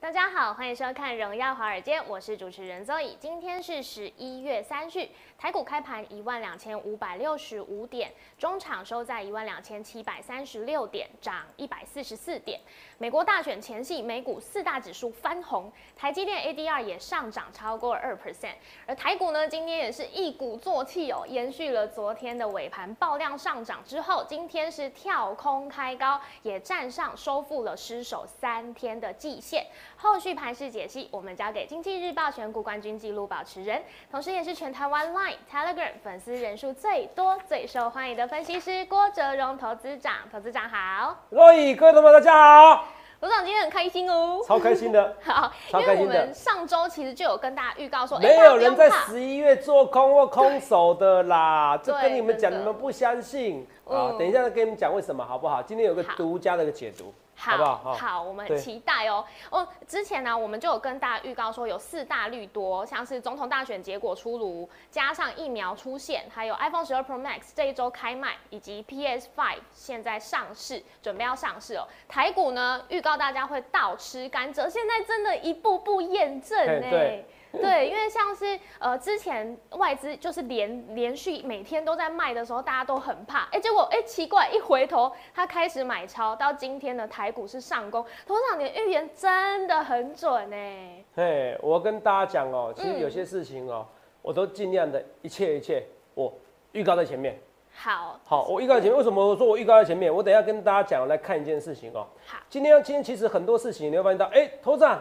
大家好，欢迎收看《荣耀华尔街》，我是主持人 Zoe。今天是十一月三日，台股开盘一万两千五百六十五点，中场收在一万两千七百三十六点，涨一百四十四点。美国大选前夕，美股四大指数翻红，台积电 ADR 也上涨超过二 percent，而台股呢，今天也是一鼓作气哦，延续了昨天的尾盘爆量上涨之后，今天是跳空开高，也站上收复了失守三天的季线。后续盘势解析，我们交给《经济日报》选股冠军纪录保持人，同时也是全台湾 Line、Telegram 粉丝人数最多、最受欢迎的分析师郭哲荣投资长。投资长好，各位各位同学们，大家好，罗总今天很开心哦。。超开心的 好，因超开为我心的们上周其实就有跟大家预告说，哎没有人在大家不十一月做空或空手的啦，这对跟你们讲，真你的们不相信啊嗯！等一下再跟你们讲为什么，好不好？今天有个好独家的一个解读，要怕好不好？好，好，我们很对期待哦。哦，之前呢、我们就有跟大家预告说，有四大绿多，像是总统大选结果出炉，加上疫苗出现，还有 iPhone 12 Pro Max 这一周开卖，以及 PS 5现在上市，准备要上市哦。台股呢，预告大家会倒吃甘蔗，现在真的一步步验证嘿呢。哎对欸对，因为像是呃之前外资就是连连续每天都在卖的时候，大家都很怕，哎、结果哎、奇怪，一回头他开始买超，到今天的台股是上攻，头场你的预言真的很准呢、欸嘿，我跟大家讲哦，其实嗯有些事情哦，我都尽量的一切一切，我预告在前面。好，好，我预告在前面，为什么我说我预告在前面？我等一下跟大家讲，来看一件事情哦。好，今天今天其实很多事情你会发现到，哎、头长，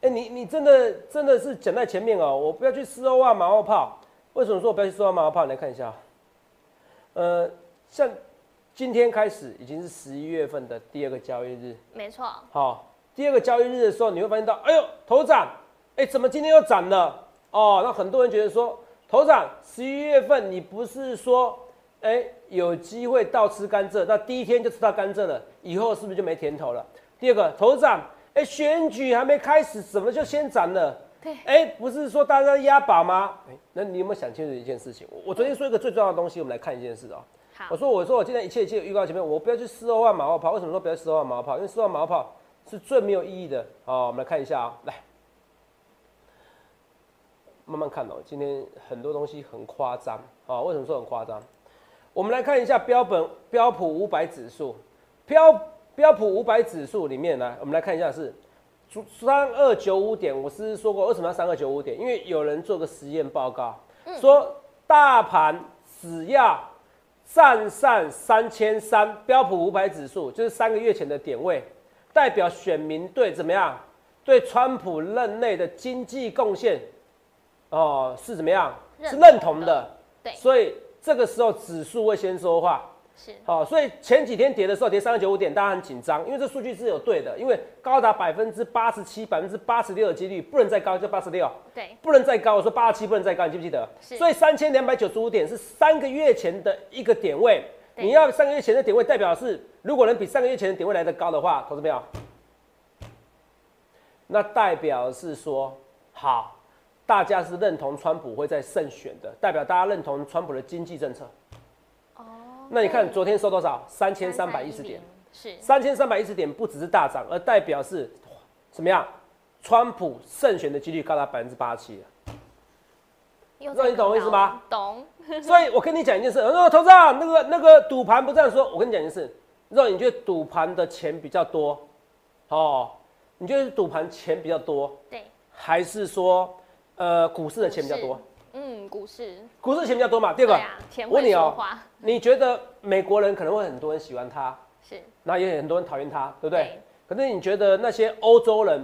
哎、你你真的真的是讲在前面哦，我不要去四欧万马后炮。为什么说我不要去四欧万马后炮？你来看一下哦，呃，像今天开始已经是十一月份的第二个交易日，没错，好，第二个交易日的时候，你会发现到，哎呦，头涨，哎，怎么今天又涨了？哦，那很多人觉得说，头涨，十一月份你不是说，哎，有机会倒吃甘蔗，那第一天就吃到甘蔗了，以后是不是就没甜头了？第二个，头涨，哎，选举还没开始，怎么就先涨了？对哎，不是说大家押宝吗？哎，那你有没有想清楚一件事情？我我昨天说一个最重要的东西，我们来看一件事啊、好我，说我说我今天一切一切预告前面，我不要去事后换马后炮。为什么说不要事后换马后炮？因为事后马后炮是最没有意义的。好，我们来看一下啊、来慢慢看哦。今天很多东西很夸张啊，为什么说很夸张？我们来看一下标本标普五百指数，标标普五百指数里面呢，我们来看一下是三二九五点，我是说过为什么要三二九五点？因为有人做个实验报告，嗯说大盘只要站上三千三，标普五百指数就是三个月前的点位，代表选民对怎么样？对川普任内的经济贡献，哦，是怎么样？认是同认同的的。对所以这个时候指数会先说话。是好、所以前几天跌的时候跌三十九点，大家很紧张，因为这数据是有对的，因为高达百分之八十七、百分之八十六的几率不能再高，就八十六，对，不能再高。我说八十七不能再高，你记不记得？是所以三千两百九十五点是三个月前的一个点位，对你要三个月前的点位，代表是如果能比上个月前的点位来的高的话，投资朋友，那代表是说好，大家是认同川普会在胜选的，代表大家认同川普的经济政策。哦，那你看昨天收多少？三千三百一3310十点，是三千三百一十点不只是大涨，而代表是怎么样？川普胜选的几率高达百分之八七又那你在懂我意思吗高？懂，所以我跟你讲一件事，呃那头上那个那个赌盘不这样说，我跟你讲一件事，让你觉得赌盘的钱比较多，哦，你觉得赌盘钱比较多，对，还是说呃股市的钱比较股？多市，嗯，股市，股市的钱比较多嘛？第对二个，啊，钱我问会你说哦话，你觉得美国人可能会很多人喜欢他，是那也有很多人讨厌他，对不对？对可是你觉得那些欧洲人、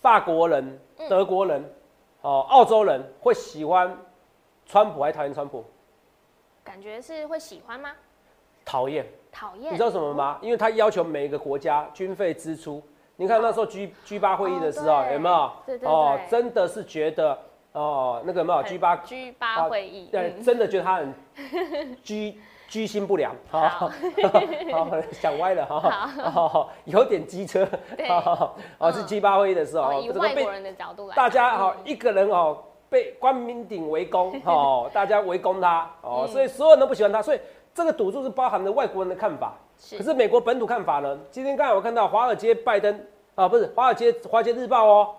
法国人、嗯德国人、哦澳洲人会喜欢川普还是讨厌川普？感觉是会喜欢吗？讨厌。讨厌，你知道什么吗？因为他要求每个国家军费支出。你看那时候 G G 八会议的时候，哦对有没有？对对对哦，真的是觉得哦，那个有没有 G 八 G 八会议，对，嗯真的觉得他很 居居心不良，好，好好，想歪了哈好，好，有点机车，对好，哦，是嗯 G 八会议的时候，哦哦以这个外被国人的角度来看，大家哈嗯一个人哦被冠民鼎围 攻，哦，大家围攻他，嗯哦，所以所有人都不喜欢他，所以这个赌注是包含了外国人的看法，是可是美国本土看法呢？今天刚才我看到华尔街拜登啊，不是华尔街华尔街日报哦，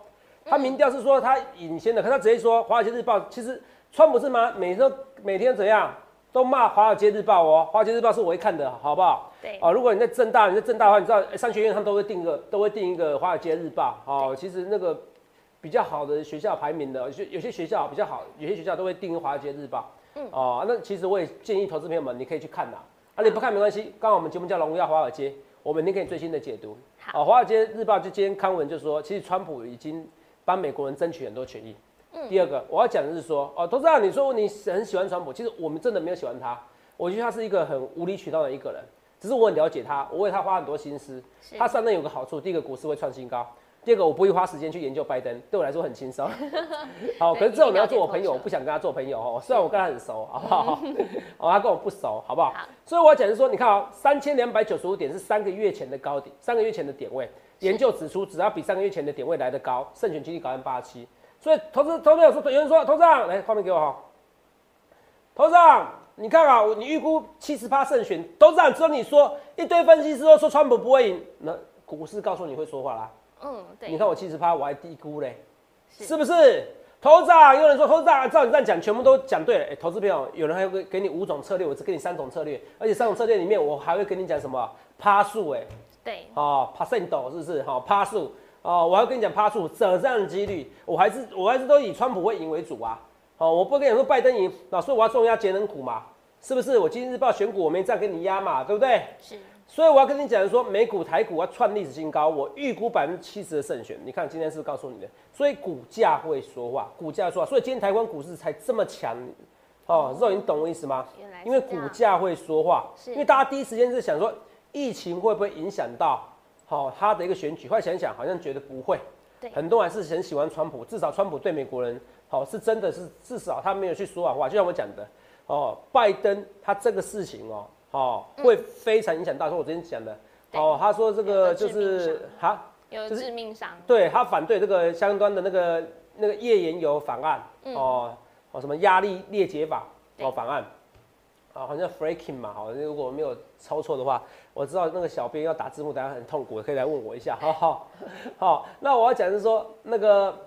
他民调是说他领先的，可他直接说华尔街日报。其实川普是吗？每天都每天怎样都骂华尔街日报哦，华尔街日报是我会看的，好不好？对哦，如果你在正大，你在正大的话，你知道哎商学院他们都会定一个都会定一个华尔街日报哦。其实那个比较好的学校排名的，有些有些学校比较好，有些学校都会定华尔街日报。嗯哦，那其实我也建议投资朋友们，你可以去看啦。啊，你不看没关系，刚好我们节目叫《荣耀华尔街》，我们一定给你最新的解读。好哦，华尔街日报就今天刊文就说，其实川普已经帮美国人争取很多权益。嗯第二个我要讲的是说，哦，投资长，你说你很喜欢川普，其实我们真的没有喜欢他，我觉得他是一个很无理取闹的一个人，只是我很了解他，我为他花很多心思。是他上任有个好处，第一个股市会创新高，第二个我不会花时间去研究拜登，对我来说很轻 松。好，可是这种人要做我朋友，我不想跟他做朋友哦。虽然我跟他很熟，好不 好？哦，他跟我不熟，好不好？好所以我要讲的是说，你看啊、哦，三千两百九十五点是三个月前的高点，三个月前的点位。研究指出，只要比三个月前的点位来得高，胜选几率高达八七。所以投资投资有说，有人说，投资长，来画面给我哈、头长，你看啊，我你预估七十八胜选，头长只有你说一堆分析师都说川普不会赢，那股市告诉你会说话啦。嗯，对，你看我七十八，我还低估嘞，是是不是？头长，有人说头长，照你这样讲，全部都讲对了。哎、投资朋友，有人还会给你五种策略，我只给你三种策略，而且三种策略里面，我还会跟你讲什么趴数，哎、对，哦，percent 是不是？好、趴数哦，我要跟你讲趴数，整这样的几率，我还是我还是都以川普会赢为主啊。哦，我不会跟你说拜登赢，老师我要重压节能股嘛，是不是？我今日报选股我没这样跟你压嘛，对不对？是所以我要跟你讲说，美股、台股要创历史新高，我预估百分之七十的胜选。你看今天是不是告诉你的，所以股价会说话，股价说话，所以今天台湾股市才这么强。哦，肉，你懂我意思吗？原来是因为这股样价会说话，是因为大家第一时间是想说疫情会不会影响到好、他的一个选举，后来想一想好像觉得不会对，很多人还是很喜欢川普，至少川普对美国人好、是真的是至少他没有去说谎话，就像我讲的哦，拜登他这个事情哦哦会非常影响到，说我之前讲的嗯对哦，他说这个有个就致命伤是哈。有就是致命伤，对他反对这个相关的那个那个页岩油法案、哦哦什么压力裂解法嗯对哦法案啊、好像 fracking 嘛，好、如果我没有抄错的话，我知道那个小编要打字幕，大家很痛苦，可以来问我一下，好好好。那我要讲的是说那个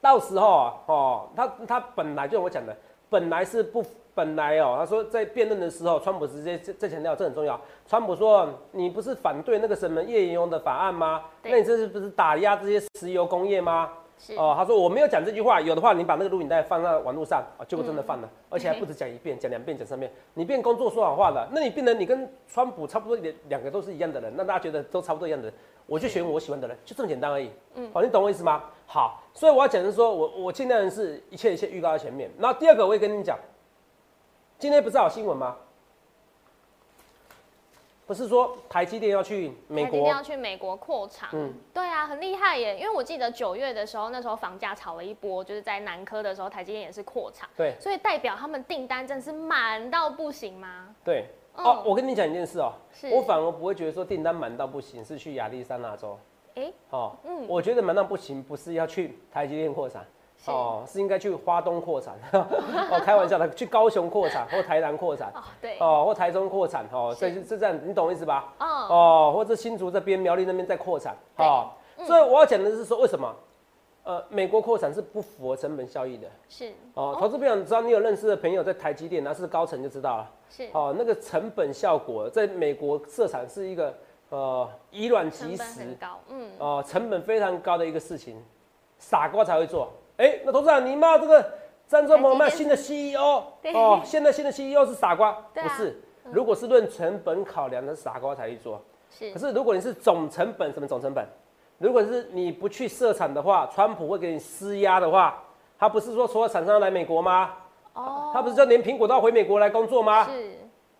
到时候啊哦，他他本来就像我讲的，本来是不本来哦，他说在辩论的时候，川普直接再再强调这很重要。川普说你不是反对那个什么页岩油的法案吗？对那你这是不是打压这些石油工业吗？是哦，他说我没有讲这句话，有的话你把那个录影带放到网络上啊，结果真的放了，而且还不止讲一遍，讲两遍，讲三遍，你变工作说谎话了，那你变成你跟川普差不多两两个都是一样的人，那大家觉得都差不多一样的人，我就选我喜欢的人，就这么简单而已。嗯，好、你懂我意思吗？好，所以我要讲的是说我我尽量的是一切一切预告在前面。然后第二个我也跟你讲，今天不是好新闻吗？不是说台积电要去美他今天国要，去美国扩厂，嗯对啊，很厉害耶！因为我记得九月的时候，那时候房价炒了一波，就是在南科的时候，台积电也是扩厂，对所以代表他们订单真是满到不行吗？对。嗯哦，我跟你讲一件事哦是，我反而不会觉得说订单满到不行，是去亚利桑那州。哎、哦，嗯我觉得满到不行，不是要去台积电扩产，是哦，是应该去花东扩产。 哦，开玩笑的，去高雄扩产或台南扩产，哦，对，哦，或台中扩产，哦，是这是这这样，你懂我意思吧？哦，哦，或者新竹这边、苗栗那边在扩产，对嗯哦，所以我要讲的是说，为什么？呃，美国扩产是不符合成本效益的。是哦，投资朋友，你知道你有认识的朋友在台积电，那是高层就知道了。是，哦，那个成本效果，在美国设厂是一个呃以卵成击本石很，高，嗯，哦，成本非常高的一个事情，傻瓜才会做。哎、那董事长，你骂这个张忠谋骂台积新的 CEO 对哦，现在新的 CEO 是傻瓜，对啊不是？如果是论成本考量的傻瓜才去做，是可是如果你是总成本，什么总成本？如果是你不去设厂的话，川普会给你施压的话，他不是说所有厂商来美国吗？哦，他不是叫连苹果都要回美国来工作吗？是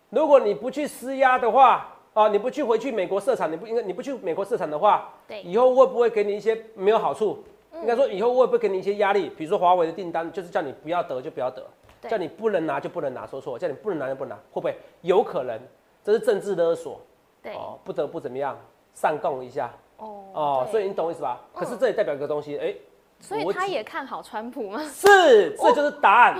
如果你不去施压的话，啊，你不去回去美国设厂，你不应该你不去美国设厂的话，对嗯以后会不会给你一些没有好处？应该说以后会不会给你一些压力？比如说华为的订单，就是叫你不要得就不要得，对叫你不能拿就不能拿，说错，了，叫你不能拿就不能拿，会不会有可能？这是政治勒索，对，哦，不得不怎么样上供一下哦哦，对所以你懂我意思吧？可是嗯这也代表一个东西，哎、所以我他只也看好川普吗？是，这就是答案，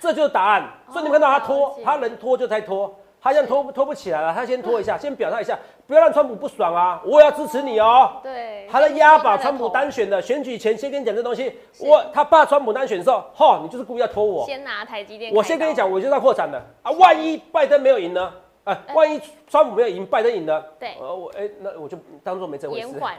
这就是答案。所以你们看到他哦了拖解，他能拖就再拖，他现在拖拖不起来了，他先拖一下，先表态一下，不要让川普不爽啊！我也要支持你哦。对，他在押宝他的川普头当选的选举前，先跟你讲这东西。我他爸川普当选的时候，吼，你就是故意要拖我。先拿台积电，我先跟你讲，，我就要扩产了啊！万一拜登没有赢呢？哎、万一川普没有赢，拜登赢了，呃对呃，我哎、那我就当做没这回事，延缓，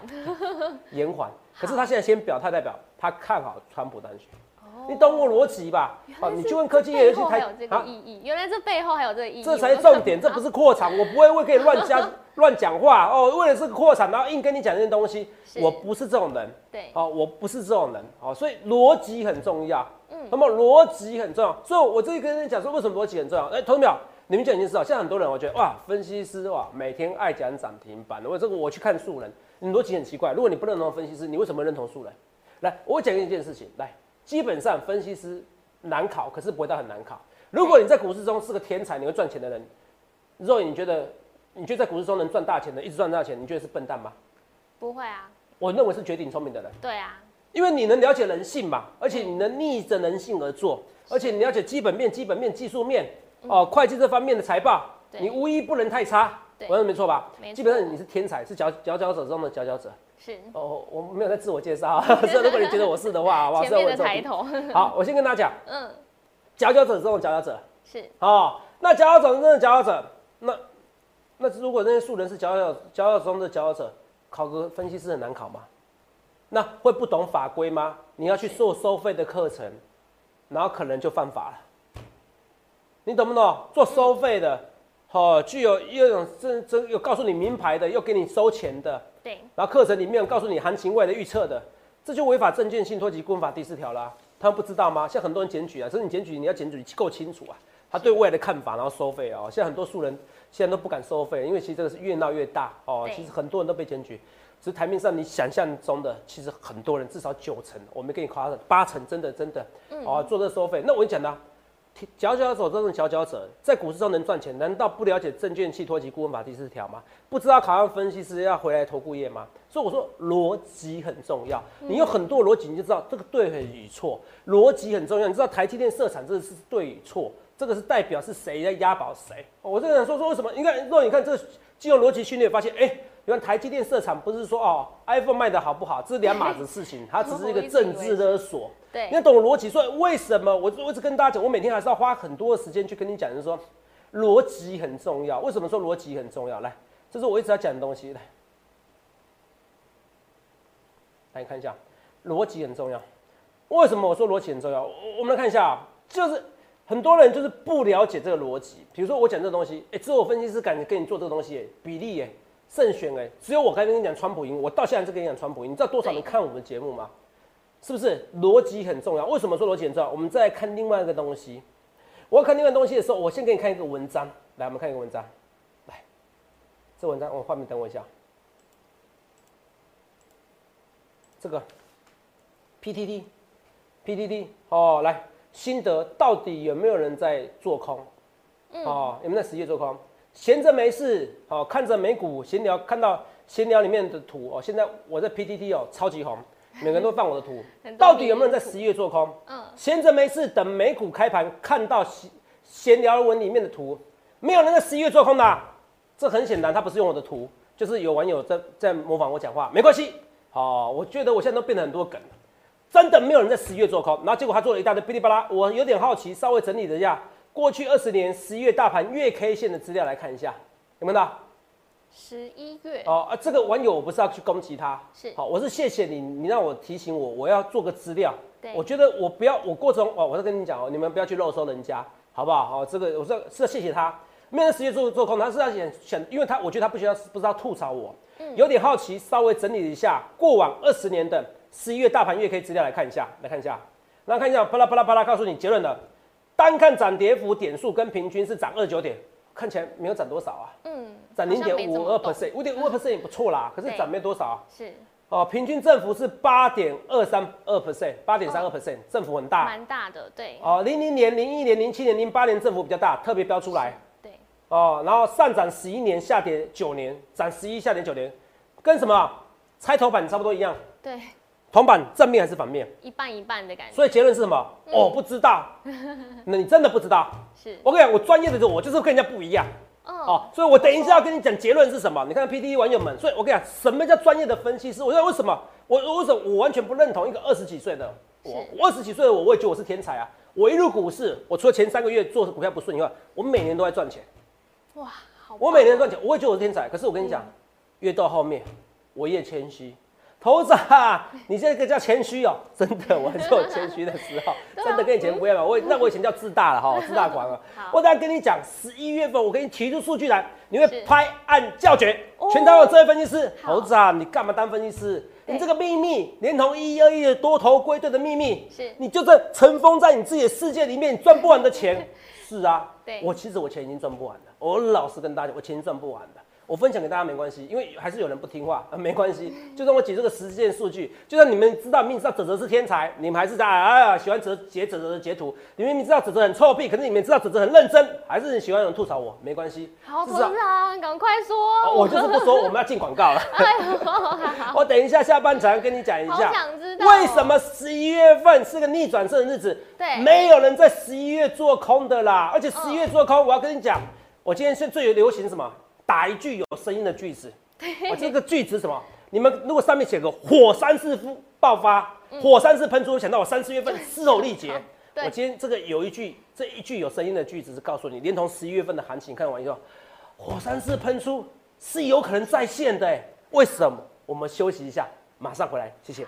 延缓。可是他现在先表态代表，他看好川普当选。哦你懂我逻辑吧？啊，你去问科技业， 背尤其后还台有这个意义，原来这背后还有这个意义，这才是重点，这不是扩产，我不会为跟你乱加 乱讲话哦。为了这个扩产，然后硬跟你讲这些东西，是我不是这种人， 对，哦，我不是这种人，哦，所以逻辑很重要。嗯嗯，那么逻辑很重要，所以我这里跟你讲说，为什么逻辑很重要？哎，同学们，你们就已经知道，现在很多人我觉得哇，分析师哇，每天爱讲涨停板，我这个我去看素人，你逻辑很奇怪。如果你不认同分析师，你为什么认同素人？来，我讲给你一件事情，来，基本上分析师难考，可是不会到很难考。如果你在股市中是个天才，你会赚钱的人，肉，你觉得你觉得在股市中能赚大钱的，一直赚大钱，你觉得是笨蛋吗？不会啊，我认为是绝顶聪明的人。对啊，因为你能了解人性嘛，而且你能逆着人性而做，而且你了解基本面、基本面、技术面，哦、会计这方面的财报，嗯对你无一不能太差对，我认为没错吧没？错基本上你是天才，是佼佼佼者中的佼佼者。是哦，我没有在自我 介绍、啊， 所以如果你觉得我是的话，好不好？前虽然面我的这种抬头，好，我先跟大家讲，嗯，佼佼者中的佼佼者，是哦，那佼佼者中的佼佼者，那那如果那些素人是佼佼佼佼者中的佼佼者，考个分析师很难考吗？那会不懂法规吗？你要去做收费的课程，然后可能就犯法了。你懂不懂？做收费的，哦，具有又有这这有告诉你名牌的，又给你收钱的，对，然后课程里面有告诉你行情外的预测的，这就违反证券信托及公法第四条啦、他们不知道吗？现在很多人检举啊，所以你检举你要检举够清楚啊，他对未来的看法，然后收费哦。现在很多素人现在都不敢收费，因为其实这个是越闹越大哦对。其实很多人都被检举，只是台面上你想象中的，其实很多人至少九成，我没跟你夸张，八成真的真的哦做这个收费。那我跟你讲的啊、佼佼者这种佼佼者，在股市中能赚钱，难道不了解证券期托及顾问法第四条吗？不知道考上分析师要回来投顾业吗？所以我说逻辑很重要，你有很多逻辑，你就知道这个对与错，逻辑很重要。你知道台积电设厂这个是对与错，这个是代表是谁在押宝谁。哦我这个人说说为什么？你看，如果你看这个金融逻辑训练，发现哎。你看台积电设厂不是说哦，iPhone 卖的好不好，这是两码子事情，它只是一我个一直以为政治勒索。对你要懂逻辑，所以为什么我我一直跟大家讲，我每天还是要花很多的时间去跟你讲，就是说逻辑很重要。为什么说逻辑很重要？来，这是我一直要讲的东西。来，来你看一下，逻辑很重要。为什么我说逻辑很重要？我我们来看一下、啊，就是很多人就是不了解这个逻辑。比如说我讲这个东西，哎、只有我分析师敢跟你做这个东西、哎比例、哎，胜选、哎，只有我敢跟你讲川普赢，我到现在还是跟你讲川普赢。你知道多少人对看我们的节目吗？是不是逻辑很重要？为什么说逻辑很重要？我们再来看另外一个东西。我要看另外一个东西的时候，我先给你看一个文章。来，我们看一个文章。来，这文章，我哦画面等我一下。这个 PTT PTT 哦，来，心得到底有没有人在做空？嗯哦，有没有在实业做空？闲着没事，哦，看着美股闲聊，看到闲聊里面的图哦。现在我在 PTT 哦，超级红，每个人都放我的图 很。多到底有没有人在十一月做空？嗯闲着没事，等美股开盘，看到闲闲聊文里面的图，没有人在十一月做空的啊、这很显然，他不是用我的图，就是有网友在在模仿我讲话，没关系。哦，我觉得我现在都变得很多梗了，真的没有人在十一月做空，然后结果他做了一大堆哔哩吧啦，我有点好奇，稍微整理了一下过去二十年十一月大盘月 K 线的资料来看一下，有没有看到？十一月，哦啊，这个网友我不是要去攻击他，是好、我是谢谢你，你让我提醒我，我要做个资料。对我觉得我不要，我过程哦，我在跟你讲哦，你们不要去肉搜人家，好不好？哦，这个我是要是要谢谢他，没有人直接做做空，他是要想想，因为他我觉得他不需要不知道吐槽我，嗯有点好奇，稍微整理一下过往二十年的十一月大盘月 K 资料来看一下，来看一下，然后看一下，啪啦啪啦啪啦，告诉你结论了。单看涨跌幅点数跟平均是涨二九点，看起来没有涨多少啊，嗯，涨好零像点没这五么二动嗯 percent，五点五二 percent 也不错啦，可是对涨没多少啊、是哦，平均振幅是八点二三二 percent，八点三二 percent，振幅很大。哦蛮大的，对，哦，零零年、零一年、零七年、零八年振幅比较大，特别标出来。对，哦，然后上涨十一年，下跌九年，涨十一，下跌九年，跟什么拆头板差不多一样。对，铜板正面还是反面？一半一半的感觉，所以结论是什么？嗯哦，不知道。那你真的不知道？是，我跟你讲，我专业的人，我就是跟人家不一样。哦，哦，所以我等一下要跟你讲结论是什么。你看 P D E 网友们，所以我跟你讲，什么叫专业的分析师？我说为什么我我为什么我完全不认同一个二十几岁的我是？我二十几岁的我，我也觉得我是天才啊！我一入股市，我除了前三个月做股票不顺以外，我每年都在赚钱，哇，好棒，哦嗯我每年都赚钱，我也觉得我是天才。可是我跟你讲，越到后面，我越谦虚。头子啊，你这个叫谦虚哦， 真的，我还是有谦虚的时候， 对啊真的跟以前不一样了。我那我以前叫自大 了哈，自大狂了。好我等下跟你讲，十一月份我给你提出数据来，你会是拍案叫绝哦。全台湾有这位分析师，好猴子啊，你干嘛当分析师？对你这个秘密，连同一二一的多头归队的秘密，是你就在尘封在你自己的世界里面，你赚不完 的钱。是啊，对我其实我钱已经赚不完了。我老实跟大家讲，我钱已经赚不完了。我分享给大家没关系，因为还是有人不听话，呃、 没关系。就算我举这个实践数据，就算你们知道明知道哲哲是天才，你们还是在啊喜欢哲截哲哲的截图，你们明知道哲哲很臭屁，可是你们知道哲哲很认真，还是很喜欢有人吐槽我，没关系。好，至董少事长，赶快哦说，哎我就是不说，我们要进广 告了。我等一下下半场跟你讲一下好想知，道为什么十一月份是个逆转胜的日子？对没有人在十一月做空的啦，而且十嗯一月做空，我要跟你讲，我今天是最流行什么？打一句有声音的句子。我这个句子什么？你们如果上面写个火山式爆发，火山式喷出，想到我三四月份嘶吼力竭。对我今天这个有一句，这一句有声音的句子是告诉你，连同十一月份的行情看完以后，火山式喷出是有可能再现的、欸。为什么？我们休息一下，马上回来，谢谢。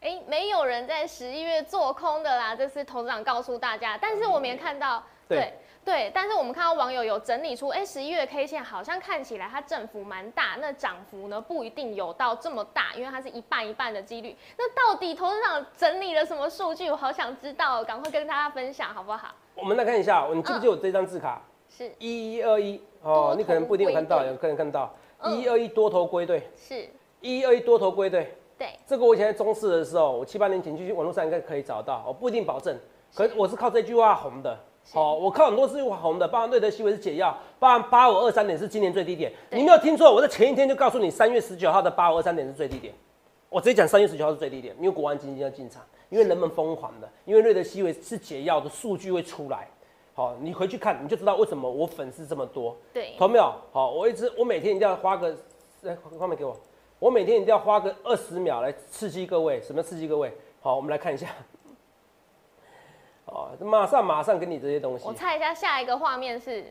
哎，没有人在十一月做空的啦，这是董事长告诉大家。但是我们也看到，对对，但是我们看到网友有整理出，哎，十一月 K 线好像看起来它振幅蛮大，那涨幅呢不一定有到这么大，因为它是一半一半的几率。那到底董事长整理了什么数据？我好想知道哦，赶快跟大家分享好不好？我们来看一下，你记不记得我这张字卡？是一一二一多头哦，你可能不一定有看到，归队有可能看到嗯一二一多头归队，是，一二一多头归队。对，这个我以前在中视的时候，我七八年前去网络上应该可以找到，我不一定保证，可是我是靠这句话红的。好、我靠很多事情红的，包含瑞德西韦是解药，包含八五二三点是今年最低点。对你没有听错，我在前一天就告诉你，三月十九号的八五二三点是最低点。我直接讲三月十九号是最低点，因为国安基金要进场，因为人们疯狂的，因为瑞德西韦是解药的数据会出来。好、你回去看你就知道为什么我粉丝这么多。对，投没有？好，我一直我每天一定要花个，哎来画面给我，我每天一定要花个二十秒来刺激各位。什么叫刺激各位？好，我们来看一下。哦，马上马上给你这些东西我。猜一下，下一个画面是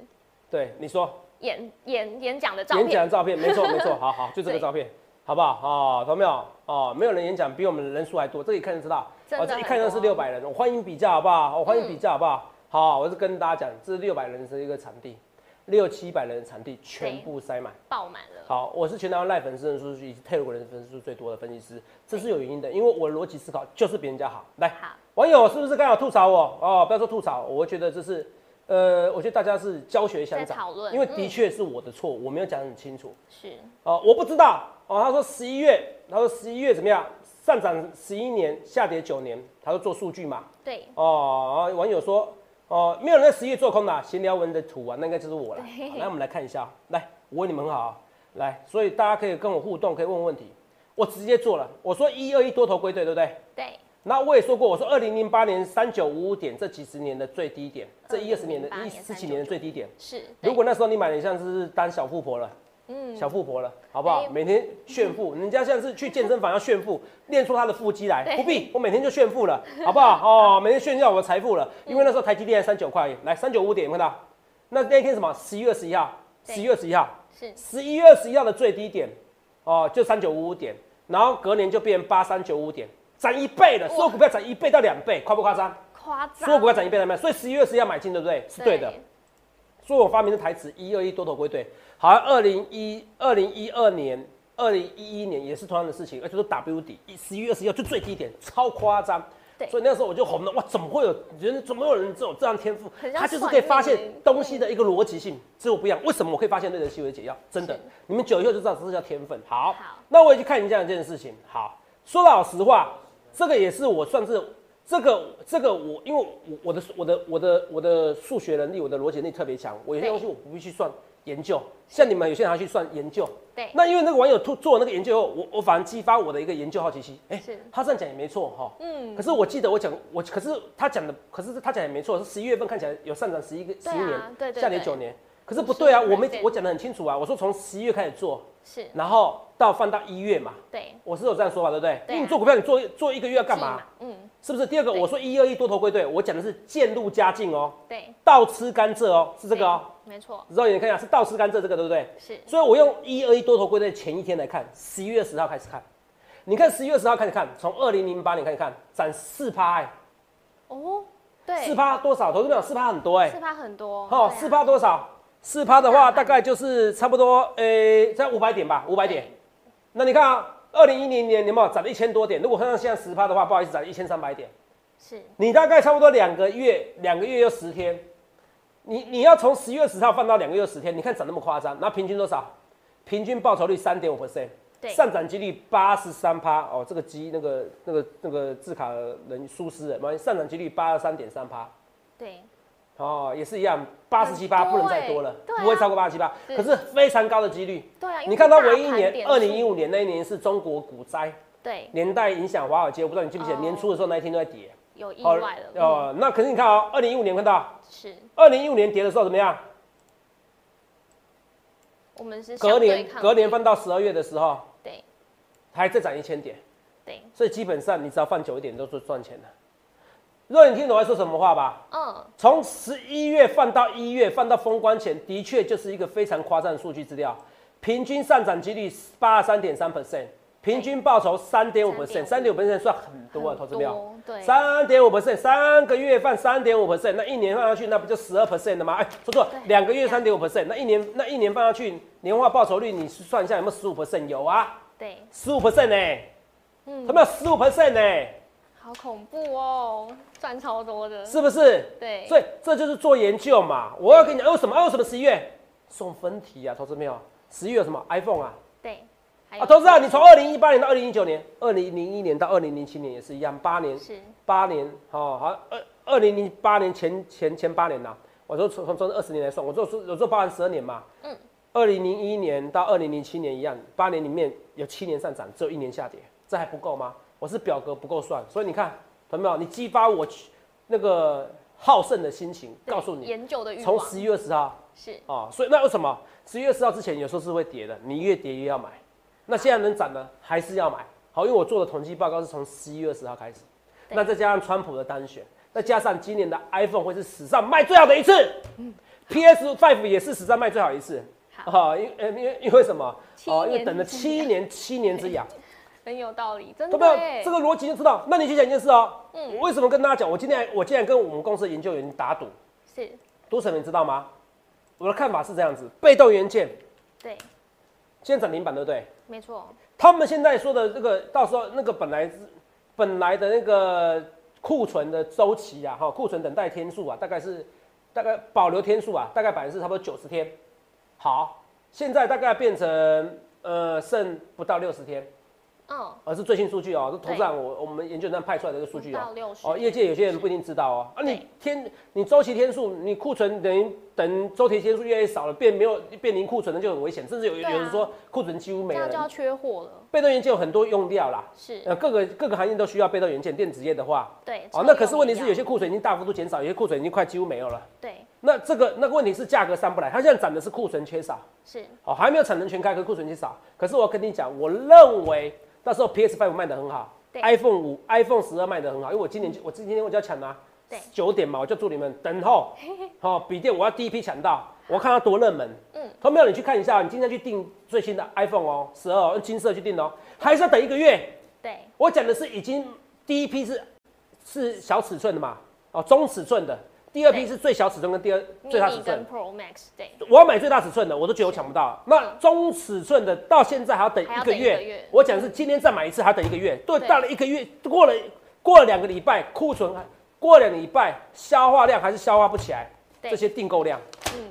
对，你说演演演讲的照演讲片的，照片，没错没错，好好，就这个对照片，好不好？哦，投没有？哦，没有人演讲比我们人数还多，这一看就知道。哦真的这一很看就是多六百人，我欢迎比较好不好？我欢迎嗯比较好不好？好，我是跟大家讲，这是六百人的一个场地，六七百人的场地全对部塞满。爆满了。好，我是全台湾赖粉丝人数以及泰国人粉丝最多的分析师，这是有原因的，因为我的逻辑思考就是比人家好。来好，网友是不是刚好吐槽我？哦，不要说吐槽，我觉得这是，呃，我觉得大家是教学相在长讨，论因为嗯的确是我的错，我没有讲得很清楚。是，哦，我不知道哦。他说十一月，他说十一月怎么样？上涨十一年，下跌九年，他说做数据嘛。对，哦，网友说，哦，没有人在十一月做空的啊、闲聊文的图啊，那应该就是我了。对好来，我们来看一下，啊来，我问你们很好啊、来，所以大家可以跟我互动，可以问问题，我直接做了。我说一二一多头归队，对不对？对，那我也说过，我说二零零八年三九五五点这几十年的最低点，这一二十年的2008一年十几年的最低点。是。对如果那时候你买的像是当小富婆了，嗯，小富婆了，好不好？哎每天 炫富，人家像是去健身房要炫富，练出他的腹肌来，对不必，我每天就炫富了，好 不好？哦，每天炫耀我的财富了，因为那时候台积电三九块，来三九五点，有没有看到？那那一天什么？十一月十一号，对十一月十一号，是十一月十一号的最低点，哦，就三九五五点，然后隔年就变八三九五点，涨一倍了，所有股票涨一倍到两倍，夸不夸张？夸张，所有股票涨一倍到两倍，所以十一月十一要买进，对不对？是对的。所以我发明的台词一二一多头归队，好像二零一二零一二年、二零一一年也是同样的事情，而且都 W 底，十一月十一号就最低点，超夸张。对所以那时候我就红了，哇，怎么会有人，怎么会有人这种这样天赋很？像他就是可以发现算命东西的一个逻辑性，这我不一样。为什么我可以发现对的细微解药？真的是，你们久以后就知道这叫天分。好，好那我也去看你这样一件事情。好，说老实话，这个也是我算是这个这个我，因为我我的我的我的我的数学能力，我的逻辑能力特别强，我有些对东西我不必去算研究，像你们有些人还去算研究。对那因为那个网友做做那个研究后，我我反而激发我的一个研究好奇心。哎、是他这样讲也没错哈。嗯可是我记得我讲我，可是他讲的，可是他讲也没错，是十一月份看起来有上涨十一个十对啊一年，对对下跌对九年。可是不对啊，是我没对我讲的很清楚啊，我说从十一月开始做，是，然后到放到一月嘛，对，我是有这样说法，对不对？对啊因为你做股票，你做做一个月要干嘛？记嘛？嗯，是不是？第二个，对我说一二一多头归队，我讲的是渐入佳境哦，对，倒吃甘蔗哦，是这个哦。对，没错，肉眼你看一下，是倒吃甘蔗这个，对不对？是所以我用一二一多头归队前一天来看，十一月十号开始看，你看十一月十号开始看，从二零零八年开始看，涨四趴哎，哦，对，四趴多少？投资者四趴很多哎、四趴很多，哦，对啊四趴多少？四趴的话，大盘大概就是差不多诶，在五百点吧，五百点。那你看啊，二零一零年有没有涨了一千多点？如果换上现在十趴的话，不好意思，涨一千三百点。是你大概差不多两个月，两个月又十天，你你要从十月十号放到两个月十天，你看涨那么夸张，那平均多少？平均报酬率三点五 percent，对上涨几率八十三趴哦，这个机那个那个那个字卡人疏失了，没关系上涨几率八十三点三趴。对，哦，也是一样，八十七趴很多欸不能再多了，对啊不会超过八十七趴，是可是非常高的几率。对啊，因为你看到大唯一一盘年点，二零一数五年那一年是中国股灾对年代影响华尔街，我不知道你记不记得，哦年初的时候那一天都在跌。有意哦外了，哦，那可是你看哦，二零一五年看到，嗯是二零一五年跌的时候怎么样？我们是隔相对年抗隔跌年翻到十二月的时候，对还再涨一千点，对，所以基本上你只要放久一点都是赚钱的。若你听懂我在说什么话吧？嗯，从十一月放到一月，放到封关前，的确就是一个非常夸张的数据资料。平均上涨几率八十三点三 percent，平均报酬三点五 percent，三点五 percent 算很多啊，投资很票。多对，三点五 percent，三个月放三点五 percent，那一年放上去，那不就十二 percent 的吗？哎，说错了对，两个月三点五 percent，那一年那一年放上去，年化报酬率你算一下有没有十五 percent？有啊，对，十五 percent 呢，嗯有，没有十五 percent 呢？好恐怖哦，赚超多的，是不是？对所以这就是做研究嘛。我要跟你讲，哎为什么？哎为什么十一月送分题啊？投资朋友，十一月有什么 iPhone 啊？对，还啊，有投资啊，你从二零一八年到二零一九年，二零零一年到二零零七年也是一样，八年，是八年，哦，好，二二零零八年前前前八年呐、我说从从从二十年来算，我做我做包含十二年嘛，嗯嗯，二零零一年到二零零七年一样，八年里面有七年上涨，只有一年下跌，这还不够吗？我是表格不够算，所以你看，同没有？你激发我去那个好胜的心情，对告诉你，研究的欲从望十一月十号是哦，所以那为什么十一月十号之前有时候是会跌的，你越跌越要买。那现在能涨呢，还是要买？好，因为我做的统计报告是从十一月十号开始，对那再加上川普的单选，再加上今年的 iPhone 会是史上卖最好的一次，PS Five 也是史上卖最好一次。嗯好哦，因呃因为因为什么？七哦，因为年等了之七痒年七年之痒。很有道理，真懂的没有耶这个逻辑就知道？那你去想一件事哦，嗯我为什么跟大家讲？我今天我竟然跟我们公司的研究员打赌，是赌什么你知道吗？我的看法是这样子：被动元件对，今天涨停板，对不对？没错，他们现在说的这个，到时候那个本来是本来的那个库存的周期啊，哈，库存等待天数啊，大概是大概保留天数啊，大概百分之差不多九十天。好，现在大概变成呃剩不到六十天，嗯，而、是最新数据哦，是头上我我们研究站派出来的这个数据不到哦。六十啊哦，业界有些人不一定知道哦。啊，对你天你周期天数，你库存等于等周期结束越来越少了，变没有变零库存的就很危险，甚至有、对啊有人说库存几乎这没样就要了。缺货了。被动元件有很多用料啦，是，呃，各个各个行业都需要被动元件。电子业的话，对。哦，超那可用是问题力是啊有些库存已经大幅度减少，有些库存已经快几乎没有了。对那这个那个问题是价格上不来，它现在涨的是库存缺少，是哦，还没有产能全开，可是库存缺少。可是我跟你讲，我认为到时候 PS Five 卖的很好对，iPhone 五、iPhone 十二卖的很好，因为我今年就我今天我就要抢啊对，九点嘛，我就祝你们 等候，好、哦，笔电我要第一批抢到，我要看它多热门。嗯嗯，同没有你去看一下，你今天去订最新的 iPhone 哦，十二、哦、用金色去订哦，还是要等一个月。对我讲的是已经第一批是是小尺寸的嘛，哦，中尺寸的，第二批对是最小尺寸跟第二最大尺，mini 跟。寸 Pro Max 对我要买最大尺寸的，我都觉得我抢不到。那中尺寸的到现在还要等还要一个等一月。个月我讲的是今天再买一次还要等一个月。对，对到了一个月，过了过了两个礼拜，库存过了两个礼拜，消化量还是消化不起来，对这些订购量。嗯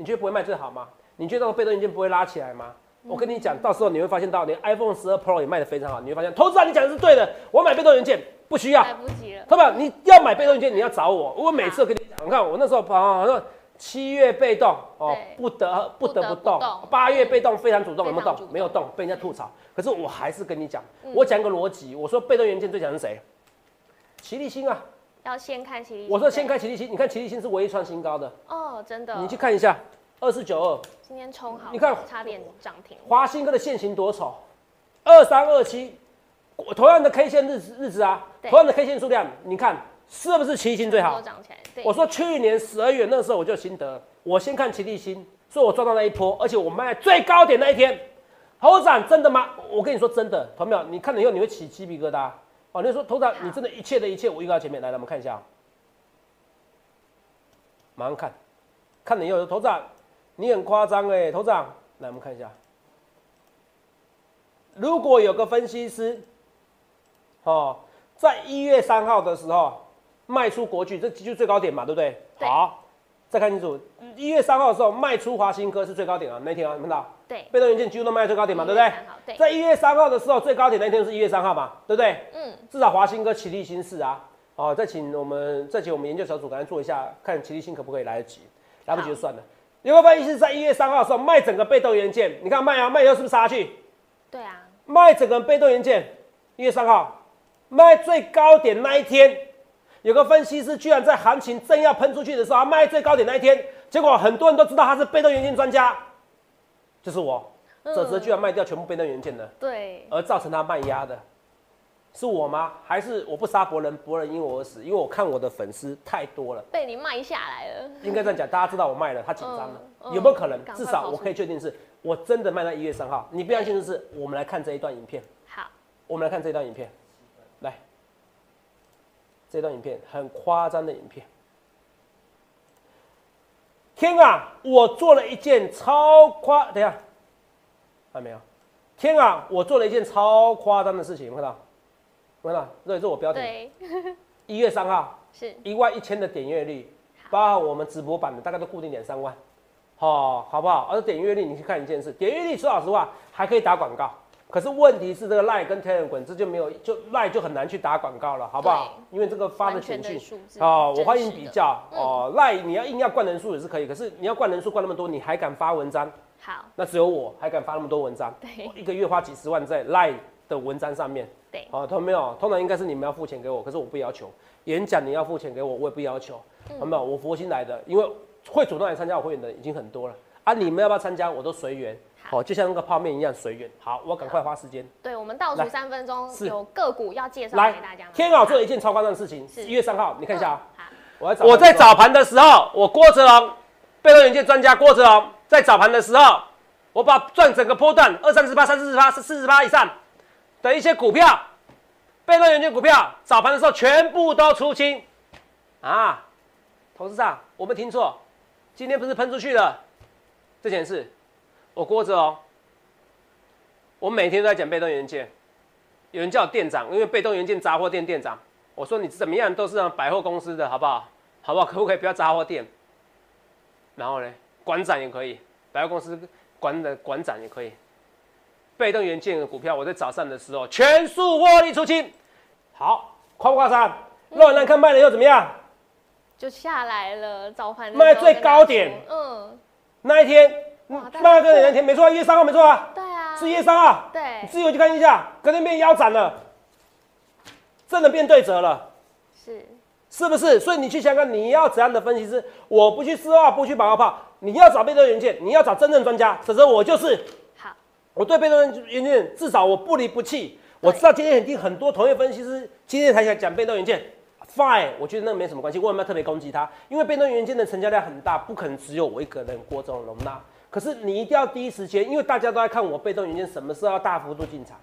你觉得不会卖最好吗？你觉得那个被动元件不会拉起来吗？我跟你讲，到时候你会发现到，连 iPhone 十二 Pro 也卖得非常好。你会发现，投资啊人你讲的是对的，我买被动元件不需要，来不及了，对吧？你要买被动元件，你要找我，我每次都跟你讲，你看我那时候啊，那七月被动哦对，不得不得不不得动不动，八月被动非常主动，非有没常有动主？动没有动，被人家吐槽。可是我还是跟你讲，我讲一个逻辑，我说被动元件最强是谁？齐立新啊，要先看起立。我说先对看齐立新，你看齐立新是唯一创新高的，哦，真的，你去看一下二四九二。今天冲好，你看差点涨停，华新哥的线型多丑，二三二七，我同样的 K 线日子日子啊，对同样的 K 线数量，你看是不是奇星最都好？涨起来。对，我说去年十二月那时候我就有心得，我先看奇力新，所以我赚到那一波，而且我卖在最高点那一天。头长真的吗？我跟你说真的，朋友，你看了以后你会起鸡皮疙瘩哦。你就说头长，你真的一切的一切，我预告前面来，来我们看一下哦，马上看，看了以后，头长你很夸张哎，头长，来我们看一下，如果有个分析师，哦，在一月三号的时候卖出国巨，这就是最高点嘛，对不对？对好，再看清楚，一月三号的时候卖出华新科是最高点啊，那天啊，你们看到？对，被动元件几乎都卖到最高点嘛，对一不对月？三号？对，在一月三号的时候，最高点那天是一月三号嘛，对不对？嗯，至少华兴哥齐力新是啊，哦，再请我们再请我们研究小组赶快做一下，看齐力新可不可以来得及，来不及就算了。有个分析师在一月三号的时候卖整个被动元件，你看卖啊卖以后是不是杀下去？对啊，卖整个被动元件，一月三号卖最高点那一天，有个分析师居然在行情正要喷出去的时候，他卖最高点那一天，结果很多人都知道他是被动元件专家，就是我，嗯泽泽居然卖掉全部被动元件的，对，而造成他卖压的，是我吗？还是我不杀伯仁，伯仁因我而死？因为我看我的粉丝太多了。被你卖下来了，应该这样讲，大家知道我卖了，他紧张了，嗯嗯有没有可能赶？快至少跑我出可以确定是我真的卖到一月三号。你不相信就是，我们来看这一段影片。好，我们来看这段影片，来，这段影片很夸张的影片。天啊，我做了一件超夸，等一下，还没有。天啊，我做了一件超夸张的事情，有没有看到？有没有看到？这也是我标题。对，一月三号，是一万一千的点阅率，包含我们直播版的，大概都固定点三万，哦，好不好？而、点阅率，你去看一件事，点阅率说老实话还可以打广告，可是问题是这个赖跟 t e l e g r 这就没有，就赖就很难去打广告了，好不好？因为这个发完的全简的讯。数字哦，我欢迎真实比的。嗯较哦，赖你要硬要灌人数也是可以，可是你要灌人数灌那么多，你还敢发文章？好，那只有我还敢发那么多文章，对我一个月花几十万在赖的文章上面，对，好，同没有？通常应该是你们要付钱给我，可是我不要求。演讲你要付钱给我，我也不要求，嗯有没有？我佛心来的，因为会主动来参加我会员的已经很多了啊，你们要不要参加我都随缘，好好，就像那个泡面一样随缘。好，我赶快花时间对，我们倒数来三分钟，是有个股要介绍来给大家吗？天啊，我做了一件超夸张的事情，是一月三号，你看一下啊，好，我我在找。早盘的时候，我郭哲龙，被动元件专家郭哲龙，在早盘的时候，我把赚整个波段二三十八、三四十八、四十八以上的一些股票，被动元件股票，早盘的时候全部都出清。啊，董事长，我没听错，今天不是喷出去了？这件事，我郭哲龙，我每天都在讲被动元件，有人叫我店长，因为被动元件杂货店店长。我说你怎么样都是让百货公司的好不好？好不好？可不可以不要杂货店？然后呢，馆长也可以，百货公司馆的馆长也可以。被动元件的股票，我在早上的时候全数获利出清，好，夸不夸张？肉眼来看卖了又怎么样？就下来了，早盘的卖时候最跟大高家点说嗯，那一天，哇嗯大那个家那天没错啊，一月三号没错啊，对啊，是一月三号，你对自由去看一下，隔天变腰斩了，真的变对折了，是是不是？所以你去想想，你要怎样的分析师？我不去四化，不去马后炮，你要找被动元件，你要找真正专家，否则我就是好，我对被动元件，至少我不离不弃。我知道今天一定很多同业分析师今天才想讲被动元件，fine，我觉得那没什么关系。为什么要特别攻击它？因为被动元件的成交量很大，不可能只有我一个人郭总容纳。可是你一定要第一时间，因为大家都在看我被动元件什么时候要大幅度进场。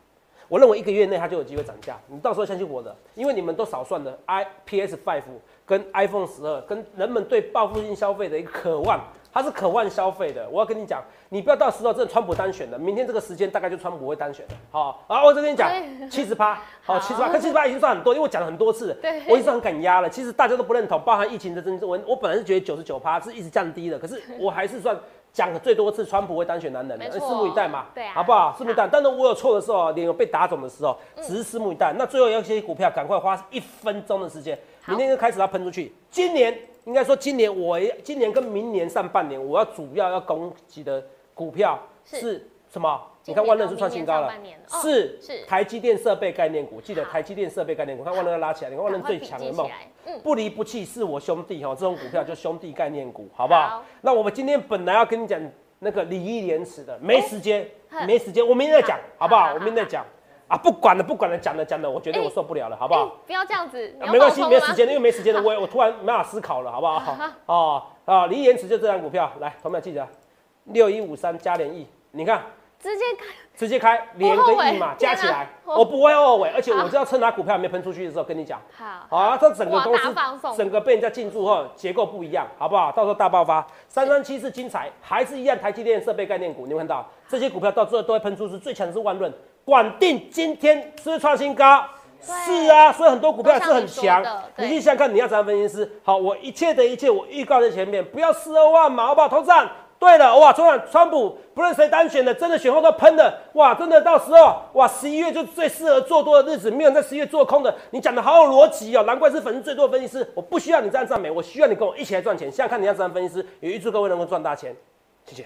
我认为一个月内它就有机会涨价，你到时候相信我的，因为你们都少算了 i PS Five 跟 iPhone 十二跟人们对报复性消费的一个渴望，它是渴望消费的。我要跟你讲，你不要到时候真的川普当选了，明天这个时间大概就川普会当选了。好，然后我再跟你讲对七十八，好好七十八，可七十八已经算很多，因为我讲了很多次了，对我已经算很敢压了。其实大家都不认同，包含疫情的增增，我我本来是觉得九十九趴是一直降低的，可是我还是算讲了最多次川普会当选男人的，没呃错拭目以待嘛，对啊好不好？拭目以待。但是我有错的时候，啊脸有被打肿的时候，嗯只是拭目以待。那最后要一些股票，赶快花一分钟的时间，好明天就开始要喷出去。今年应该说，今年我也今年跟明年上半年，我要主要要攻击的股票是是什么？你今看年万润到是创明年新高上了半年，哦是是台积电设备概念股，记得好台积电设备概念股，看万润要拉起来，你看万赶润快最平强的静梦起。来，嗯，不离不弃是我兄弟哈，这种股票就兄弟概念股，好不好？好那我们今天本来要跟你讲那个礼义廉耻的，没时间，哼没时间，我明天再讲，哎好好不好？好我明天再讲啊，不管了，不管了，讲了讲了，我觉得我受不了了，好不好？哎哎不要这样子，你啊要没关系，放松没了时吗间了，因为没时间了，我也我突然没办法思考了，好不好？哦啊，礼义廉耻就这张股票，来，同学们记得六一五三加联益，你看直接看，直接开连不后跟悔益嘛，天加啊起来，我我不会后悔，而且我好知道趁它股票还没喷出去的时候跟你讲。好，好啊，这整个哇公大司放送整个被人家进驻后，结构不一样，好不好？到时候大爆发。三三七是精彩，还是一样台积电设备概念股，你们看到这些股票到最后都会喷出，是最强的是万润、广定，今天是不是创新高。对是啊，所以很多股票都是像很你说强的，你对去想想看你要怎样分析师。好，我一切的一切我预告在前面，不要四二万嘛，好不好？头上对了，哇，昨晚川普不论谁当选的，真的选后都喷了，哇，真的到时候哇，十一月就最适合做多的日子，没有人在十一月做空的。你讲的好有逻辑哦，难怪是粉丝最多的分析师。我不需要你这样赞美，我需要你跟我一起来赚钱。想想看你要怎样分析师，也预祝各位能够赚大钱，谢谢。